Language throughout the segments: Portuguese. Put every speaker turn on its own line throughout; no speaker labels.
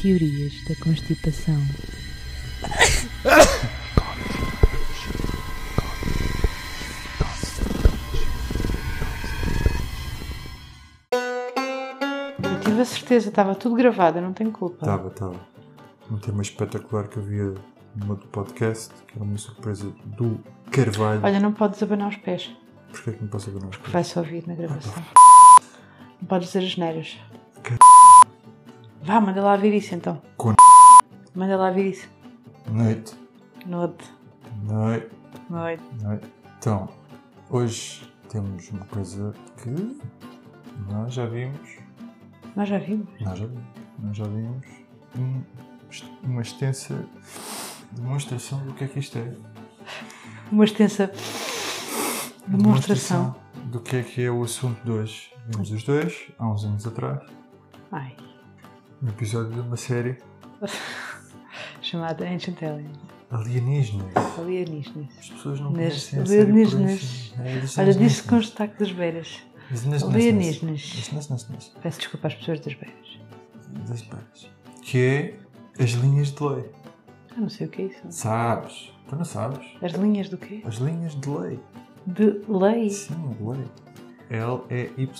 Teorias da constipação.
Eu tive a certeza, estava tudo gravado, eu não tenho culpa.
Estava, estava. Um tema espetacular que havia numa do podcast, que era uma surpresa do Carvalho.
Olha, não podes abanar os pés,
Porquê é que não passa por nós?
que vai-se ouvir na gravação. Não podes dizer as neiras.
Car-
Vá, manda lá vir isso então.
Com-
Manda lá vir isso.
Noite.
Noite.
Noite.
Noite.
Noite. Então, hoje temos uma coisa que nós já vimos.
Nós já vimos.
Nós já vimos. Nós já vimos um- uma extensa demonstração do que é que isto é.
Uma extensa demonstração.
do que é que é o assunto de hoje. Vimos os dois, há uns anos atrás,
Ai,
um episódio de uma série
chamada Ancient Aliens.
alienígenas.
Alienígenas.
As pessoas não
Nes-
conhecem a série por isso. né? É
alienígenas.
Alienígenas.
Olha, disse com o sotaque das beiras.
Alienígenas.
Alienígenas.
Alienígenas.
Peço desculpa às pessoas das beiras.
Das beiras. Que é as linhas de lei.
Eu não sei o que é isso.
Sabes? Tu não sabes?
As linhas do quê?
As linhas de lei.
De lei.
Sim, de lei. L-E-Y.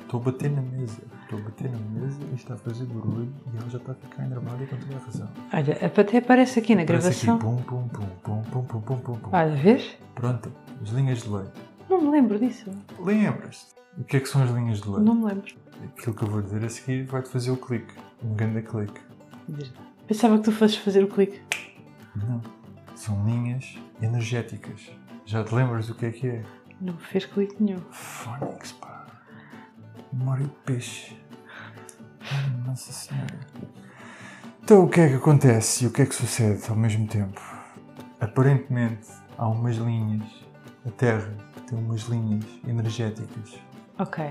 Estou a bater na mesa. Estou a bater na mesa e está a fazer barulho e ela já está a ficar enervada com toda a razão.
Olha, é até aparece aqui na
Parece aqui, um
gravação.
Pum, pum, pum, pum, pum, pum, pum, pum, pum.
Olha, vês?
Pronto, as linhas de lei.
Não me lembro disso.
Lembras-te? O que é que são as linhas de lei?
Não me lembro.
Aquilo que eu vou dizer a seguir vai-te fazer o clique. Um grande clique.
Diz lá. Pensava que tu fosses fazer o clique.
Não. São linhas energéticas. Já te lembras do que é que é?
Não me fez clique nenhum.
Fónix, pá. Memória de peixe. Ai, Nossa Senhora. Então o que é que acontece e o que é que sucede ao mesmo tempo? Aparentemente há umas linhas. A Terra tem umas linhas energéticas
Ok.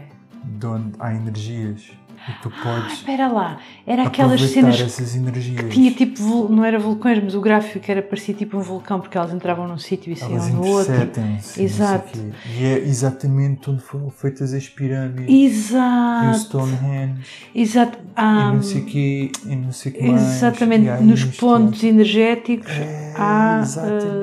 de onde há energias e tu podes
Espera lá. Era aquelas
aproveitar
cenas
essas energias.
que tinha tipo. vul- Não era vulcões, mas o gráfico era parecia tipo um vulcão, porque elas entravam num sítio e
Elas
saíam no um outro.
interceptam-se.
Exato.
Exato. E é exatamente onde foram feitas as pirâmides. E o
Exato.
Stonehenge.
Exato.
e
Ah,
não sei quê, e não sei que mais,
exatamente.
e há
Nos
isto.
pontos Ah, energéticos
É,
há.
exatamente,
ah,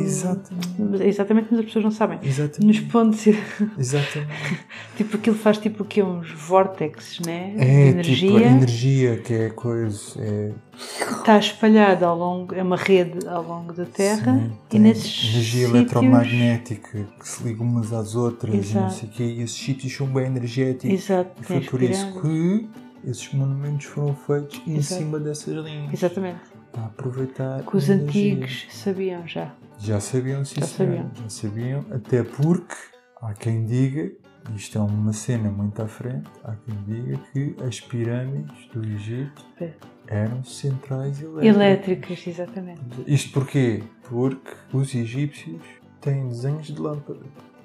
exatamente,
Exatamente, mas as pessoas não sabem. Nos
exatamente,
pontos.
exatamente.
Tipo, aquilo faz tipo o quê? Uns vórtices, né?
É,
de energia.
tipo, a energia que é a coisa, é,
Está espalhada ao longo, é uma rede ao longo da Terra.
sim,
e
tem
nesses
energia
sítios,
eletromagnética que se ligam umas às outras e não
Exato.
sei o quê, e esses sítios são bem energéticos.
Exato,
E foi
tem as
por isso
pirâmides.
que esses monumentos foram feitos em
Exato.
cima dessas linhas.
Exatamente.
Para aproveitar
Que os
a energia.
antigos sabiam já.
Já sabiam, sim,
Já
senhora,
sabiam.
Já sabiam, até porque há quem diga, isto é uma cena muito à frente, há quem diga que as pirâmides do Egito
É.
eram centrais elétricas.
Elétricas, exatamente.
Isto porquê? Porque os egípcios têm desenhos de lâmpada.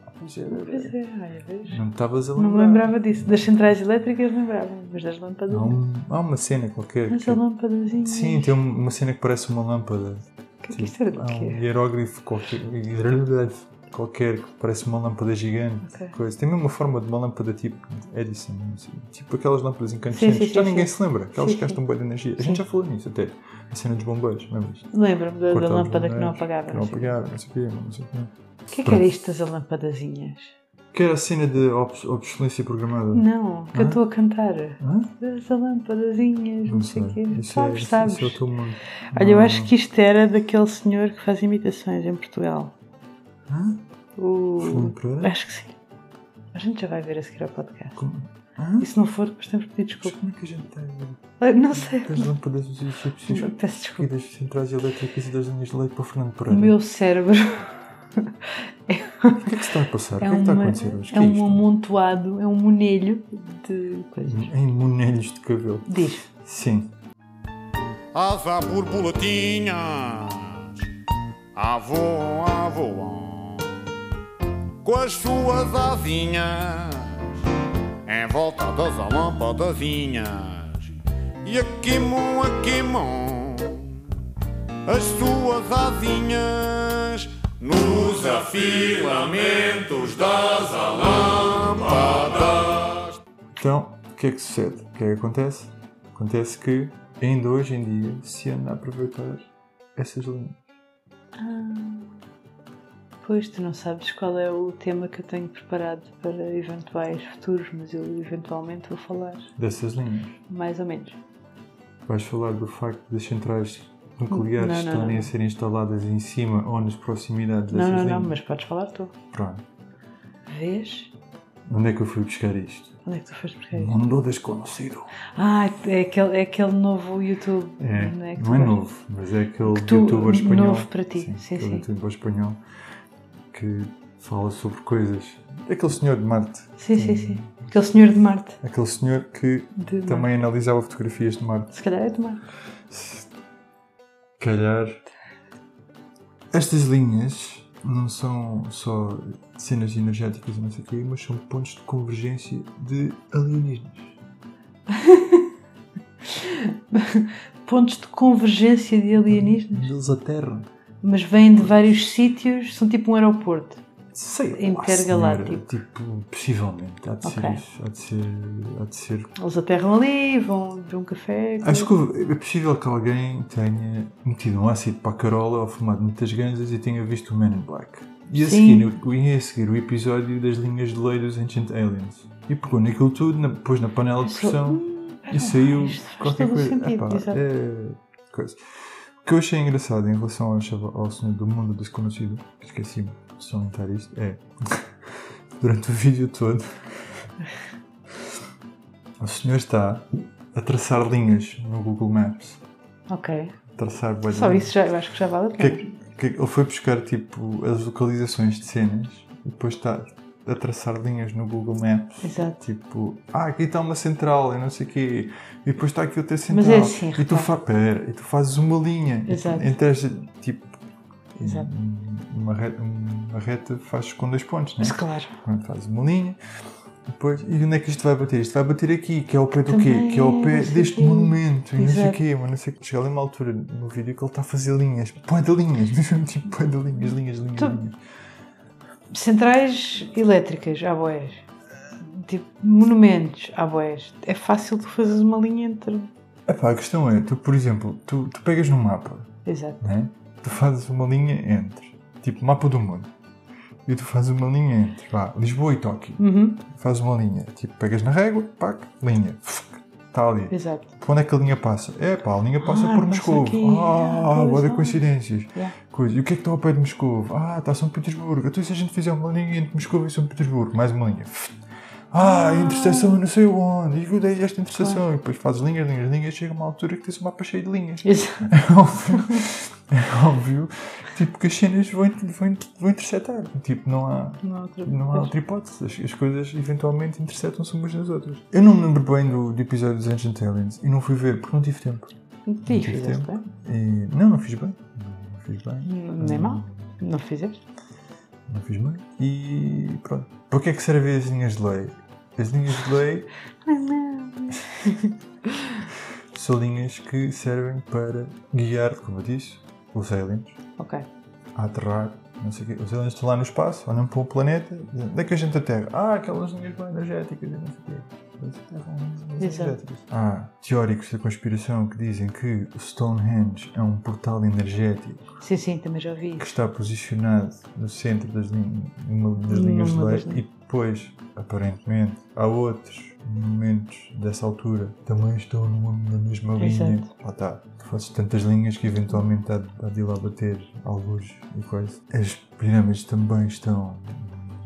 Ah, pois é,
Pois
bebê.
é, olha, vês?
Não me estavas a
Não
lembrar.
me lembrava disso. Das centrais elétricas lembrava, mas das lâmpadas.
Há,
Não.
um- há uma cena qualquer.
Mas
que-
a lâmpadazinha.
Sim, tem um- uma cena que parece uma lâmpada.
Uhum. O que é que isto era do
Há um
quê?
hieróglifo qualquer, hieróglifo qualquer que parece uma lâmpada gigante.
Ok.
Coisa. Tem mesmo uma forma de uma lâmpada tipo Edison, não sei, tipo aquelas lâmpadas incandescentes.
Sim, sim,
já
sim,
ninguém
sim.
se lembra, aquelas
Sim,
que gastam boa de energia. A gente
Sim.
já falou nisso até, a cena dos bombeiros, lembras?
Lembro-me da- da,
Cortar os
lâmpada que não
bombeiros,
apagava.
Que não
não sei.
apagaram, não sei o quê, não sei o quê.
O que é que era isto das lâmpadazinhas?
Que era a cena de obs- obsolescência programada?
Não, que eu
Hã?
estou a cantar.
Hã?
Das lâmpadazinhas, não, sei o quê.
Isso é,
sabes,
isso-
sabes.
isso é o teu mundo.
Olha, eu
Não-
acho que isto era daquele senhor que faz imitações em Portugal.
Hã? Fulano
O...
Pereira?
Acho que sim. A gente já vai ver a seguir ao podcast.
Como? Hã?
E se não for, depois temos de pedir
Mas
desculpa.
como é que a gente tem
Ah, Não sei.
das lâmpadas dos egípcios
Peço
e
desculpa.
das centrais elétricas e das linhas de leite para o Fernando
O
Pereira.
meu cérebro
O que é que se está a passar?
é,
o que é que está a
uma-
acontecer hoje?
é
que
um amontoado, é um monelho de coisas.
isto? Em monelhos de cabelo.
Diz.
Sim.
Ava borboletinhas, avô, avô, com as suas asinhas, em volta das lâmpadazinhas, e aquimam, aquimam, as suas asinhas, nos afilamentos das lâmpadas.
Então, o que é que sucede? O que é que acontece? Acontece que ainda hoje em dia se anda a aproveitar essas linhas.
Ah, Pois, tu não sabes qual é o tema que eu tenho preparado para eventuais futuros, mas eu eventualmente vou falar,
Dessas linhas.
mais ou menos.
Vais falar do facto das centrais nucleares
Não, não,
estarem
não.
a ser instaladas em cima ou nas proximidades
Não,
dessas
não, não,
linhas.
mas podes falar tu.
Pronto.
Vês?
Onde é que eu fui buscar isto?
Onde é que tu foste buscar isso?
Mundo desconhecido.
Ah, é aquele, é aquele novo YouTube.
É,
né, que tu
não é
gostas.
novo, mas é aquele
Que tu-
youtuber espanhol.
novo para ti, sim,
aquele
sim.
youtuber espanhol que fala sobre coisas. Aquele senhor de Marte.
Sim, sim, sim. Aquele senhor de Marte.
Aquele senhor que
De Marte.
também analisava fotografias de Marte.
Se calhar é de Marte.
Se calhar. Estas linhas não são só cenas energéticas e não sei o quê, mas são pontos de convergência de alienígenas.
Pontos de convergência de alienígenas.
Eles aterram.
Mas vêm de vários sítios, são tipo um aeroporto.
Sei lá,
Intergaláctico.
senhora, tipo, possivelmente. Há de, ser,
Ok.
isso, há de ser. Há de ser.
Eles aterram ali, vão beber um café.
Acho que é possível que alguém tenha metido um ácido para a carola ou fumado muitas ganzas e tenha visto o Man in Black. E a,
Sim.
seguir, o- e a seguir o episódio das linhas de lei dos Ancient Aliens. E pegou naquilo tudo, na- pôs na panela de
Só-
pressão
Hum,
e saiu
isto faz
qualquer
todo o
coisa.
sentido,
Epá,
exato.
é coisa. O que eu achei engraçado em relação ao, chava- ao senhor do mundo desconhecido, esqueci-me de salientar isto, é durante o vídeo todo o senhor está a traçar linhas no Google Maps.
Ok.
Traçar bué de
Só
linhas.
isso já, eu acho que já vale a
Uhum. Que, é
pena.
que- ele foi buscar tipo as localizações de cenas e depois está a traçar linhas no Google Maps.
Exato.
Tipo, ah, aqui está uma central e não sei o quê. E depois está aqui outra central.
Mas é assim,
e tu,
repara.
fa pera, e tu fazes uma linha.
Exato.
Entre esta, tipo,
Exato.
um- uma reta, uma reta fazes com dois pontos, né?
Mas claro.
Pronto, fazes uma linha. Depois, e onde é que isto vai bater? Isto vai bater aqui, que é ao pé do quê?
Também,
Que é ao pé
não sei
deste
quê.
monumento, e não sei o
Exato.
quê, mas não sei o quê. Chega ali uma altura no vídeo que ele está a fazer linhas, põe de linhas, tipo, põe de linhas, linhas, linhas,
Tu-
linhas.
Centrais elétricas, há boés. Tipo, monumentos, há boés. É fácil tu fazeres uma linha entre.
Epá, a questão é, tu, por exemplo, tu, tu pegas no mapa,
Exato.
né? Tu fazes uma linha entre, tipo, mapa do mundo. E tu fazes uma linha entre, vá, Lisboa e Tóquio.
Uhum.
Fazes uma linha, tipo, pegas na régua, pac, linha, está ali.
Exato.
Por onde é que a linha passa? É pá, a linha passa
Ah, passa
por Moscou.
aqui. Ah,
Ah,
pois,
boa de
ah.
coincidências.
Yeah.
Coisa. E o que é que está ao pé de Moscou? Ah, está São Petersburgo. Então e se a gente fizer uma linha entre Moscou e São Petersburgo? Mais uma linha. Ah,
Ah.
interseção, não sei onde. E daí esta interseção. E depois fazes linhas, linhas, linhas. Chega uma altura que tens um mapa cheio de linhas.
Exato.
É óbvio, é óbvio tipo, que as cenas vão, inter- vão, inter- vão interceptar. Tipo, não há,
Não há outra.
não há outra hipótese. As, as coisas eventualmente interceptam-se umas nas outras. Eu não me lembro bem do, do episódio dos Ancient Aliens e não fui ver porque não tive tempo.
Ih, fizeste
tempo.
bem.
E- não, não fiz bem. Não fiz bem.
N- Nem mal. Não fizeste.
Não fiz bem. E pronto. Para que é que servem as linhas de lei? As linhas de lei são linhas que servem para guiar, como eu disse, os aliens.
Ok.
a aterrar, não sei o quê. Os aliens estão lá no espaço, olham para o planeta, dizem, onde é que a gente aterra? Ah, aquelas linhas bioenergéticas e não sei o quê. Eles aterram nas linhas
Exato.
energéticas. Há teóricos da conspiração que dizem que o Stonehenge é um portal energético
Sim, sim, também já ouvi
que
isso.
está posicionado no centro das, lin- numa das linhas de
Numa
lei
das linhas.
e depois, aparentemente, há outros momentos dessa altura que também estão numa, na mesma linha.
Exato.
Lá está. Tu fazes tantas linhas que eventualmente há, de- há de ir lá bater alguns e coisa. As pirâmides também estão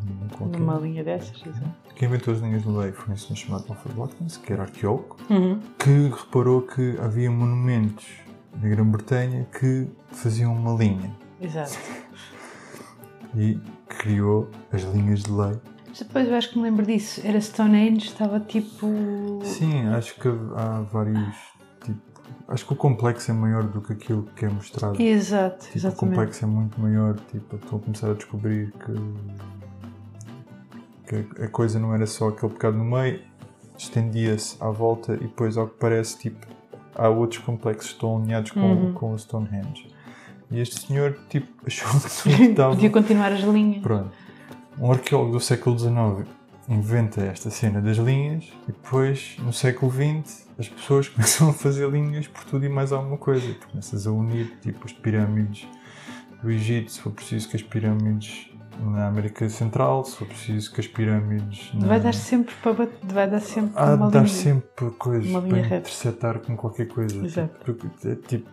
numa qualquer.
Numa linha dessas, exato.
Quem inventou as linhas de lei foi um senhor chamado Alfred Watkins, que era arqueólogo,
Uhum.
que reparou que havia monumentos na Grã-Bretanha que faziam uma linha
Exato.
e criou as linhas de lei.
Mas depois eu acho que me lembro disso. Era Stonehenge, estava tipo.
Sim, acho que há vários. Tipo, acho que o complexo é maior do que aquilo que é mostrado.
Exato,
Tipo, o
exatamente.
complexo é muito maior. Tipo, estão a começar a descobrir que, que a coisa não era só aquele bocado no meio, estendia-se à volta e depois, ao que parece, tipo, há outros complexos que estão alinhados com,
Uhum.
com o Stonehenge. E este senhor, tipo, achou que tudo estava.
Podia continuar as linhas.
Pronto. Um arqueólogo do século XIX inventa esta cena das linhas e depois, no século XX, as pessoas começam a fazer linhas por tudo e mais alguma coisa. Tu começas a unir, tipo, as pirâmides do Egito, se for preciso que as pirâmides na América Central, se for preciso que as pirâmides na...
Vai dar sempre para bater. Vai dar sempre
é? Há
uma
de dar
linha.
sempre coisas
uma
para
linha reta.
interceptar com qualquer coisa.
Exato.
Tipo, porque é tipo.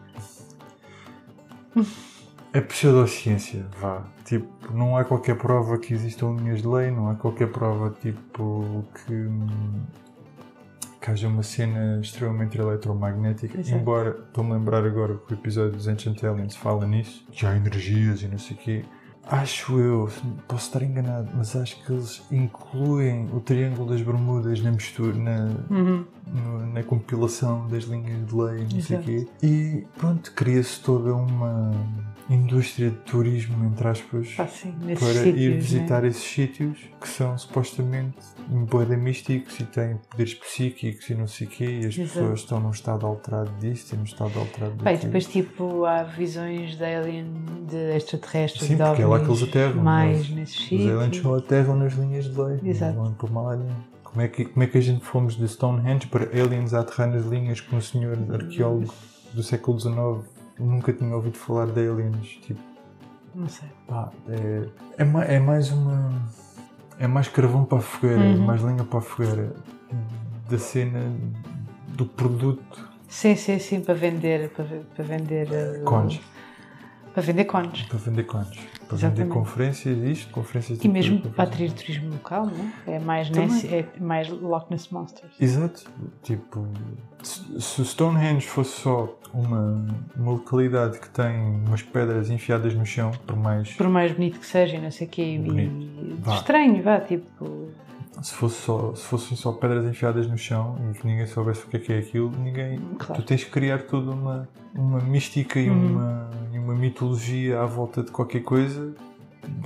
É pseudociência, vá. Tipo, não há qualquer prova que existam linhas de lei, não há qualquer prova, tipo, que. hum, que haja uma cena extremamente eletromagnética.
Exato.
Embora, estou-me a lembrar agora que o episódio dos Ancient Aliens fala nisso, que há energias e não sei o quê. Acho eu, posso estar enganado, mas acho que eles incluem o Triângulo das Bermudas na mistura, na,
Uhum.
no- na compilação das linhas de lei, não sei o
Exato.
quê. E pronto, cria-se toda uma indústria de turismo, entre aspas,
Pá, sim, nesses
para
sítios,
ir
né?
visitar esses sítios que são supostamente boeda místicos e têm poderes psíquicos e não sei o quê, e as
Exato.
pessoas estão num estado alterado disto e num estado alterado
Pá, e
daquilo.
depois, tipo, há visões de alien, de extraterrestres,
Sim,
de
porque é lá que
ovnis,
eles aterram,
Mais
mas
nesses
Os aliens
sítios.
só aterram nas linhas de lei,
Exato.
não vão para uma linha. Como é, que, como é que a gente fomos de Stonehenge para aliens a aterrar nas linhas que um senhor arqueólogo do século XIX nunca tinha ouvido falar de aliens? Tipo,
Não sei.
pá, é, é, ma- é mais uma. É mais carvão para a fogueira,
Uhum.
mais lenha para a fogueira da cena do produto
Sim, sim, sim, para vender. Para, ve- para vender. eh,
cones,
Para vender cones.
para vender cones, para
Exatamente.
vender conferências, isto, conferências
E
daquilo,
mesmo para
conferências-
atrair turismo local, não é? É mais,
Também.
nesse, é mais Loch Ness Monsters.
Exato. Tipo, se se Stonehenge fosse só uma, uma localidade que tem umas pedras enfiadas no chão, por mais.
Por mais bonito que seja, e não sei o quê. E,
Bonito. Vá.
estranho, vá, tipo.
Se, fosse só, se fossem só pedras enfiadas no chão e que ninguém soubesse o que é que é aquilo, ninguém.
Claro.
Tu tens que criar toda uma, uma mística e,
Uhum.
uma, e uma mitologia à volta de qualquer coisa,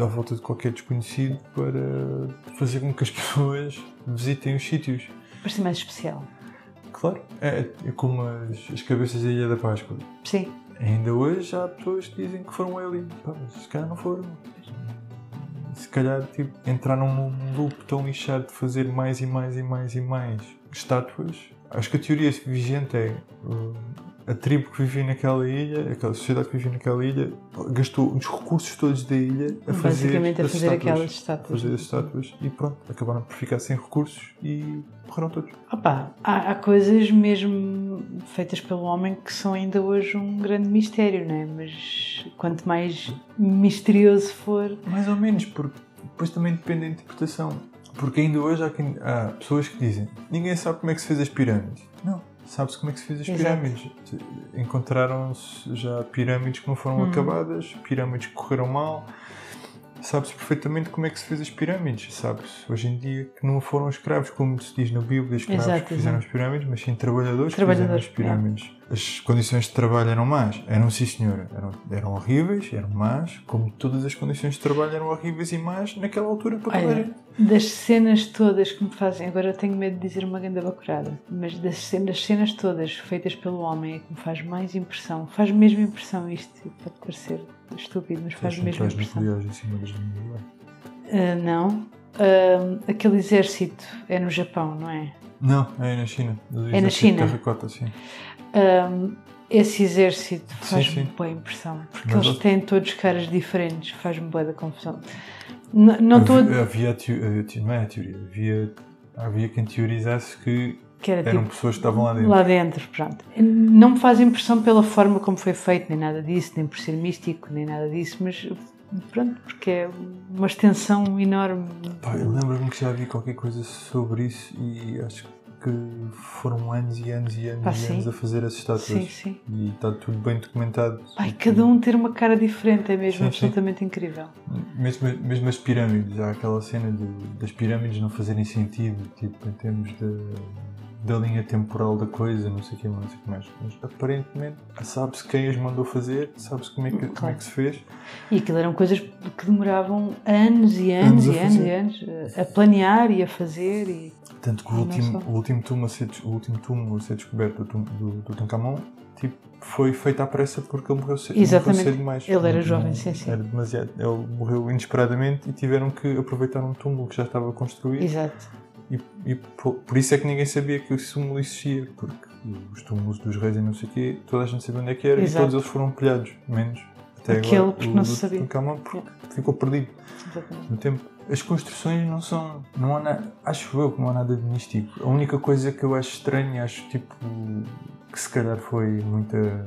à volta de qualquer desconhecido, para fazer com que as pessoas visitem os sítios.
Para ser mais especial.
Claro. É, é como as, as cabeças da Ilha da Páscoa.
Sim.
Ainda hoje há pessoas que dizem que foram um alien. Pá, mas se calhar não foram. Se calhar tipo, entraram num loop tão lixado de fazer mais e mais e mais e mais estátuas. Acho que a teoria vigente é hum, a tribo que vivia naquela ilha, aquela sociedade que vivia naquela ilha, gastou os recursos todos da ilha a fazer,
Basicamente a
as
fazer
estátuas,
aquelas
a
estátuas.
fazer as estátuas e pronto, acabaram por ficar sem recursos e morreram todos.
Opa, há, há coisas mesmo feitas pelo homem que são ainda hoje um grande mistério, não é? Mas quanto mais misterioso for.
Mais ou menos, porque depois também depende da interpretação. Porque ainda hoje há, quem- há pessoas que dizem ninguém sabe como é que se fez as pirâmides. Não, sabe-se como é que se fez as
Exato.
pirâmides. Encontraram-se já pirâmides que não foram
Uhum.
acabadas, pirâmides que correram mal. Sabe-se perfeitamente como é que se fez as pirâmides. Sabe-se hoje em dia que não foram escravos, como se diz na Bíblia, escravos
Exato,
que fizeram
exato.
as pirâmides, mas sim trabalhadores,
Trabalhadores, é.
que fizeram as pirâmides. As condições de trabalho eram más? Eram sim senhora. Eram, eram horríveis, eram más, como todas as condições de trabalho eram horríveis e más naquela altura para toda a
Olha,
gente.
das cenas todas que me fazem. Agora eu tenho medo de dizer uma grande bacurada, mas das cenas, das cenas todas feitas pelo homem é que me faz mais impressão. Faz mesmo impressão isto, pode parecer estúpido, mas faz
Acham que
mesmo
as
impressão.
nucleares em cima das minhas.
Ah, não. Ah, aquele exército é no Japão, não é?
Não, é na China. Os
É na
exércitos de
China?
Terracota, sim.
Hum, esse exército
Sim,
faz-me
sim.
boa impressão. Porque
Mas
eles
eu-
têm todos caras diferentes, faz-me boa da confusão. N- Não estou a
Havia, havia, a teo- havia teo- não é a teoria, havia, havia quem teorizasse que
que era
eram
tipo
pessoas que estavam lá dentro.
lá dentro, pronto. Não me faz impressão pela forma como foi feito, nem nada disso, nem por ser místico, nem nada disso, mas pronto, porque é uma extensão enorme.
Pá, eu lembro-me que já vi qualquer coisa sobre isso e acho que foram anos e anos e anos
Pá,
e
sim.
anos a fazer as estátuas.
Sim, sim.
E está tudo bem documentado.
Ai, cada um ter uma cara diferente é mesmo
Sim, sim.
absolutamente incrível.
Mesmo, mesmo as pirâmides, há aquela cena de- das pirâmides não fazerem sentido, tipo, em termos de, da linha temporal da coisa, não sei o que, não sei o que mais. Mas aparentemente sabe-se quem as mandou fazer, sabe-se como, é que- como é que se fez.
E aquilo eram coisas que demoravam anos e anos,
Anos a
e anos
fazer.
e anos eh, a planear e a fazer. E...
Tanto que o
Não
último,
sei.
o último túmulo a ser, des- o último túmulo a ser descoberto do, tum- do, do Tancamon tipo, foi feito à pressa porque ele morreu cedo. morreu
Exatamente.
cedo demais.
Ele era
Não-
jovem, sim, sim.
Era demasiado. Ele morreu inesperadamente e tiveram que aproveitar um túmulo que já estava construído.
Exato.
E, e po- por isso é que ninguém sabia que o túmulo existia, porque os túmulos dos reis e não sei o quê, toda a gente sabia onde é que era
Exato.
e todos eles foram pilhados, menos até
Aquele,
agora.
porque
o
não se
do
sabia.
Tutankhamon, porque ficou perdido
Exatamente.
no tempo. As construções não são. Não há na- acho eu que não há nada de místico. A única coisa que eu acho estranha, acho tipo. que se calhar foi muita.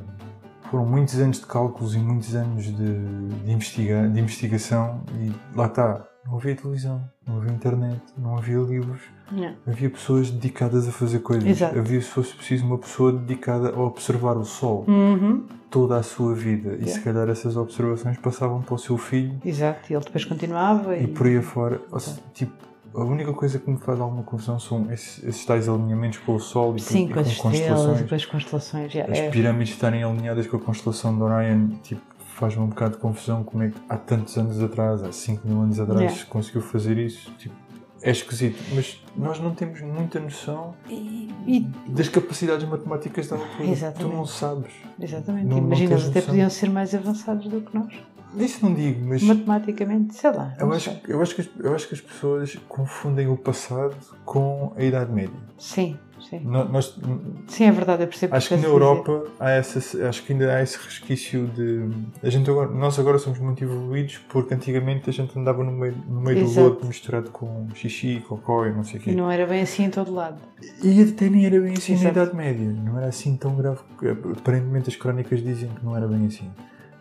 Foram muitos anos de cálculos e muitos anos de, de, investiga, de investigação e lá está. Não havia televisão, não havia internet, não havia livros,
Não.
havia pessoas dedicadas a fazer coisas.
Exato.
Havia, se fosse preciso, uma pessoa dedicada a observar o sol
Uhum.
toda a sua vida. E se
Yeah.
calhar essas observações passavam para o seu filho
Exato. E ele depois continuava.
e por aí afora, ou se- tipo, a única coisa que me faz alguma confusão são esses, esses tais alinhamentos com o Sol e, com-
Sim,
e
com
com
as
constelações.
estrelas e com as constelações. já,
As
é.
pirâmides estarem alinhadas com a constelação de Orion, tipo, faz-me um bocado de confusão como é que há tantos anos atrás, há 5 mil anos atrás,
Yeah.
se conseguiu fazer isso. Tipo, é esquisito, mas nós não temos muita noção
E- e-
das capacidades matemáticas da altura. Tu
Exatamente.
não sabes.
exatamente.
Não- não
Imagina, eles
tens
até
noção.
podiam ser mais avançados do que nós.
Isso não digo, mas
Matematicamente, sei lá.
eu
não
acho,
sei.
eu, acho que as, eu acho que as pessoas confundem o passado com a Idade Média.
Sim, sim.
No- Nós,
Sim, é verdade, eu percebo o
Hum. acho que na
estás a dizer.
Europa há essa, acho que ainda há esse resquício de a gente agora, nós agora somos muito evoluídos porque antigamente a gente andava no meio, no meio do
Exato.
lodo misturado com xixi, cocó e não sei o quê.
E não era bem assim em todo lado.
E até nem era bem assim
Exato.
na Idade Média. Não era assim tão grave. que- Aparentemente as crónicas dizem que não era bem assim.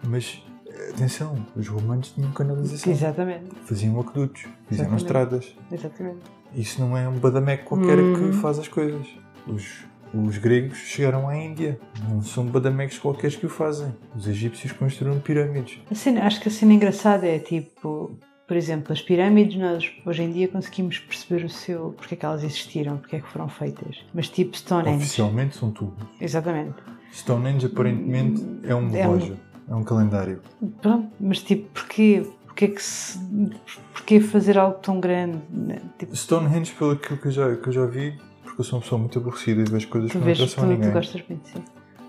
Mas eh, atenção, os romanos tinham canalização,
Exatamente,
faziam aquedutos, fizeram
Exatamente.
estradas.
exatamente.
Isso não é um badameco qualquer
Uhum.
que faz as coisas. Os, os gregos chegaram à Índia. Não são badamecos qualquer que o fazem. Os egípcios construíram pirâmides.
A cena- acho que a cena engraçada é tipo, por exemplo, as pirâmides, nós hoje em dia conseguimos perceber o seu, porque é que elas existiram, porque é que foram feitas. Mas tipo Stonehenge.
Oficialmente são tubos.
Exatamente.
Stonehenge aparentemente é um
É um-
relógio. É um calendário.
Pronto, mas tipo, porquê? Porquê que se. Porquê fazer algo tão grande? né? Tipo,
Stonehenge, pelo aquilo que eu já, que eu já vi, porque eu sou uma pessoa muito aborrecida e vejo coisas
tu
que não
vês, tu,
interessam a
tu
ninguém.
gostas muito, sim.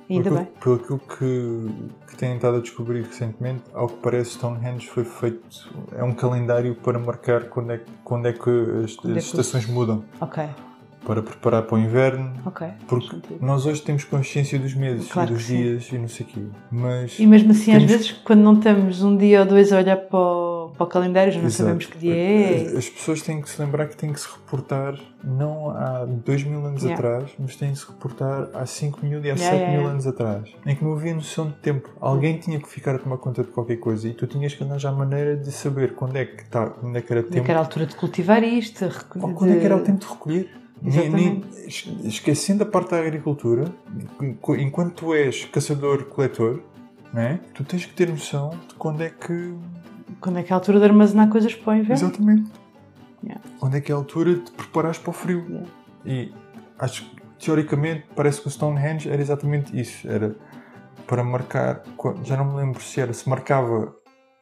Ainda
Pelo-
bem.
Pelo aquilo que, que têm estado a descobrir recentemente, ao que parece, Stonehenge foi feito. É um calendário para marcar quando é, que- quando é que as,
Quando é
as
que-
estações mudam.
Ok,
Para preparar para o inverno.
ok.
Porque
faz sentido.
Nós hoje temos consciência dos meses
Claro
e
que
dos
sim.
dias e não sei o quê. Mas.
E mesmo assim, às
temos-
vezes, quando não estamos um dia ou dois a olhar para o, para o calendário, já não
Exato.
sabemos que dia é.
As pessoas têm que se lembrar que têm que se reportar não há 2 mil anos
Yeah.
atrás, mas têm que se reportar há 5 mil e há
Yeah,
7
yeah,
mil
yeah.
anos atrás, em que não havia noção de tempo. Alguém tinha que ficar a tomar conta de qualquer coisa e tu tinhas que arranjar maneira de saber quando é que, tá, quando é que era
Quando é
tempo.
que era a altura de cultivar isto?
Ou
recolher-
quando é que era o tempo de recolher? Nem, nem-
Exatamente.
es- esquecendo a parte da agricultura, enqu- enquanto tu és caçador-coletor, né, tu tens que ter noção de quando é que.
Quando é que é a altura de armazenar coisas para o inverno?
Exatamente.
Uhum. Yeah.
Quando é que é a altura de te preparares para o frio?
Yeah.
E acho que, teoricamente, parece que o Stonehenge era exatamente isso. Era para marcar. qua- Já não me lembro se era. Se marcava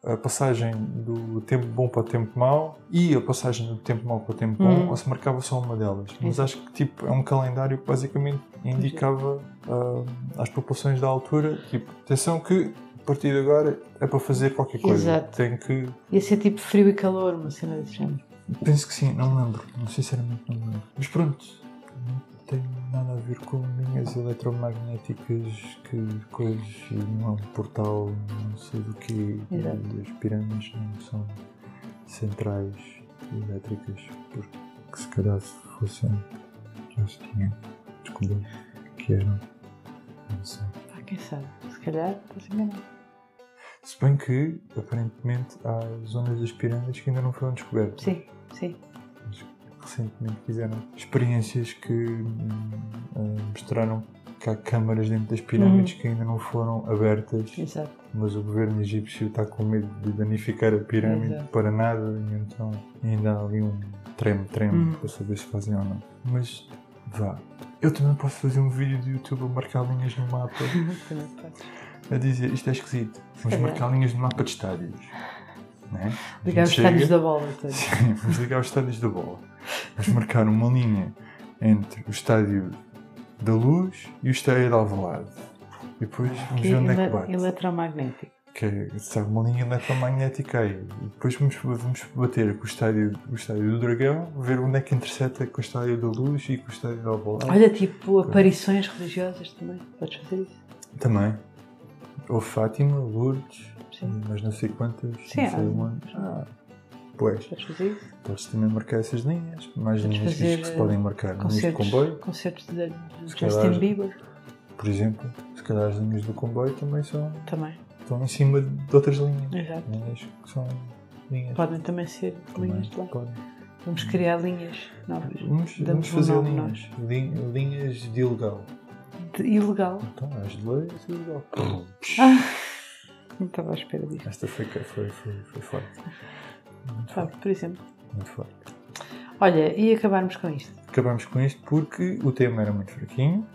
a passagem do tempo bom para o tempo mau e a passagem do tempo mau para o tempo bom,
Uhum.
ou se marcava só uma delas. Mas
Exato.
acho que tipo, é um calendário que basicamente indicava ah, às populações da altura: tipo, atenção que a partir de agora é para fazer qualquer coisa.
Exato.
Tem que
Ia ser tipo frio e calor, uma cena desse género.
Penso que sim, não me lembro. Sinceramente não me lembro. Mas pronto, não tem nada a ver com linhas eletromagnéticas, que coisas, e não há um portal, não sei do que,
Exato.
as pirâmides não são centrais elétricas, porque se calhar se fossem, já se tinha descoberto que eram. Não sei.
Pá, Ah, quem sabe? Se calhar estás enganado.
Se bem que, aparentemente, há zonas das pirâmides que ainda não foram descobertas.
Sim, sim.
recentemente fizeram experiências que hum, ah, mostraram que há câmaras dentro das pirâmides
Hum.
que ainda não foram abertas,
Exato.
mas o governo egípcio está com medo de danificar a pirâmide
Exato.
para nada e então ainda há ali um treme-treme
Hum.
para saber se fazem ou não. Mas vá, Eu também posso fazer um vídeo do YouTube a marcar linhas no mapa
Também podes.
a dizer isto é esquisito. Vamos
calhar.
marcar linhas no mapa de estádios. Né? A
Ligar os
gente chega-
talhos da bola todos.
Sim, vamos ligar os estádios da bola. Vamos marcar uma linha entre o estádio da luz e o estádio de Alvalade. E depois vamos ver onde é que bate.
Eletromagnético.
Que é, sabe, uma linha eletromagnética aí. E depois vamos, vamos bater com o estádio, o estádio do Dragão, ver onde é que intercepta com o estádio da luz e com o estádio de Alvalade.
Olha, tipo aparições religiosas também. Podes fazer isso?
Também. Houve Fátima, Lourdes,
Sim.
mas não sei quantas.
Sim,
não sei
há-
umas. Ah, pois.
Podes fazer isso?
Podes também marcar essas linhas, mais
Podes
linhas fixas que
fazer, eh,
se podem marcar. Linhas de
Concertos,
comboio,
concertos de, de
Se
Justin
calhar-
Bieber
por exemplo. Se calhar as linhas do comboio também são,
também.
estão em cima de outras linhas.
Exato.
Linhas que são linhas.
Podem também ser
também Hum.
linhas de lá.
podem.
Vamos criar linhas novas.
Vamos,
Damos
vamos
um
fazer
nome
linhas. Lin- linhas de ilegal.
De ilegal.
Então, as de leis e ilegal.
Não estava à espera disso.
Esta foi, foi, foi, foi forte. Muito
Sabe,
forte.
por exemplo.
Muito forte.
Olha, e acabarmos com isto.
Acabamos com isto porque o tema era muito fraquinho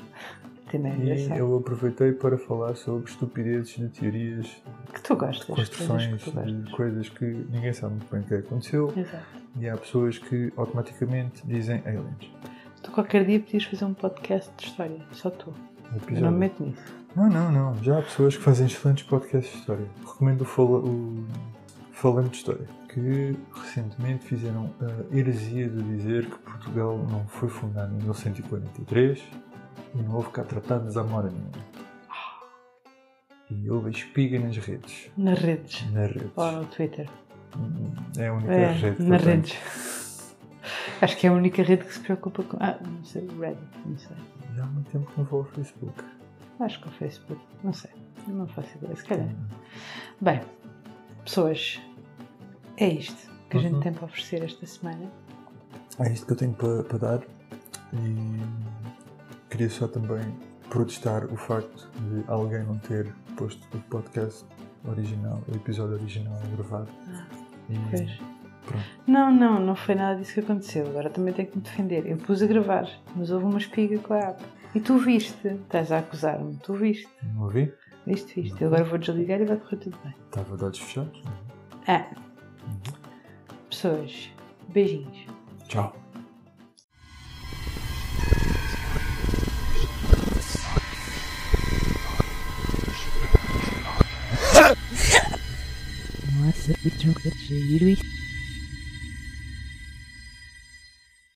Também é
e
engraçado.
eu aproveitei para falar sobre estupidezes de teorias
Que tu gostas. coisas
construções
que tu gostas.
de coisas que ninguém sabe muito bem o que aconteceu
Exato.
e há pessoas que automaticamente dizem aliens.
Tu qualquer dia podias fazer um podcast de história. Só tu.
O
Eu não me
episódio.
meto nisso.
Não, não, não. Já há pessoas que fazem excelentes podcasts de história. Recomendo o, Fala- o Falando de História, que recentemente fizeram a heresia de dizer que Portugal não foi fundado em 1943 e não houve cá tratados à mora nenhuma. E houve espiga nas redes.
Nas redes.
Nas redes.
Ou no Twitter.
É a única
É,
rede que eu
nas
tenho.
redes. Acho que é a única rede que se preocupa com. Ah, não sei. Reddit. Não sei.
Já há muito tempo que não vou ao Facebook.
Acho que o Facebook. Não sei. Não faço ideia. Se calhar. Bem, pessoas, é isto que a gente
Uhum.
tem para oferecer esta semana.
É isto que eu tenho para, para dar e queria só também protestar o facto de alguém não ter posto o podcast original, o episódio original gravado. E
Pois.
pronto,
Não, não, não foi nada disso que aconteceu. Agora também tenho que me defender. Eu pus a gravar, mas houve uma espiga com a app. E tu viste, estás a acusar-me, tu viste,
não ouvi?
viste, viste. Eu agora vou desligar e vai correr tudo bem.
Estava de olhos fechados.
Ah, pessoas, beijinhos.
Tchau.
é? Nossa, que tronco de giro isto.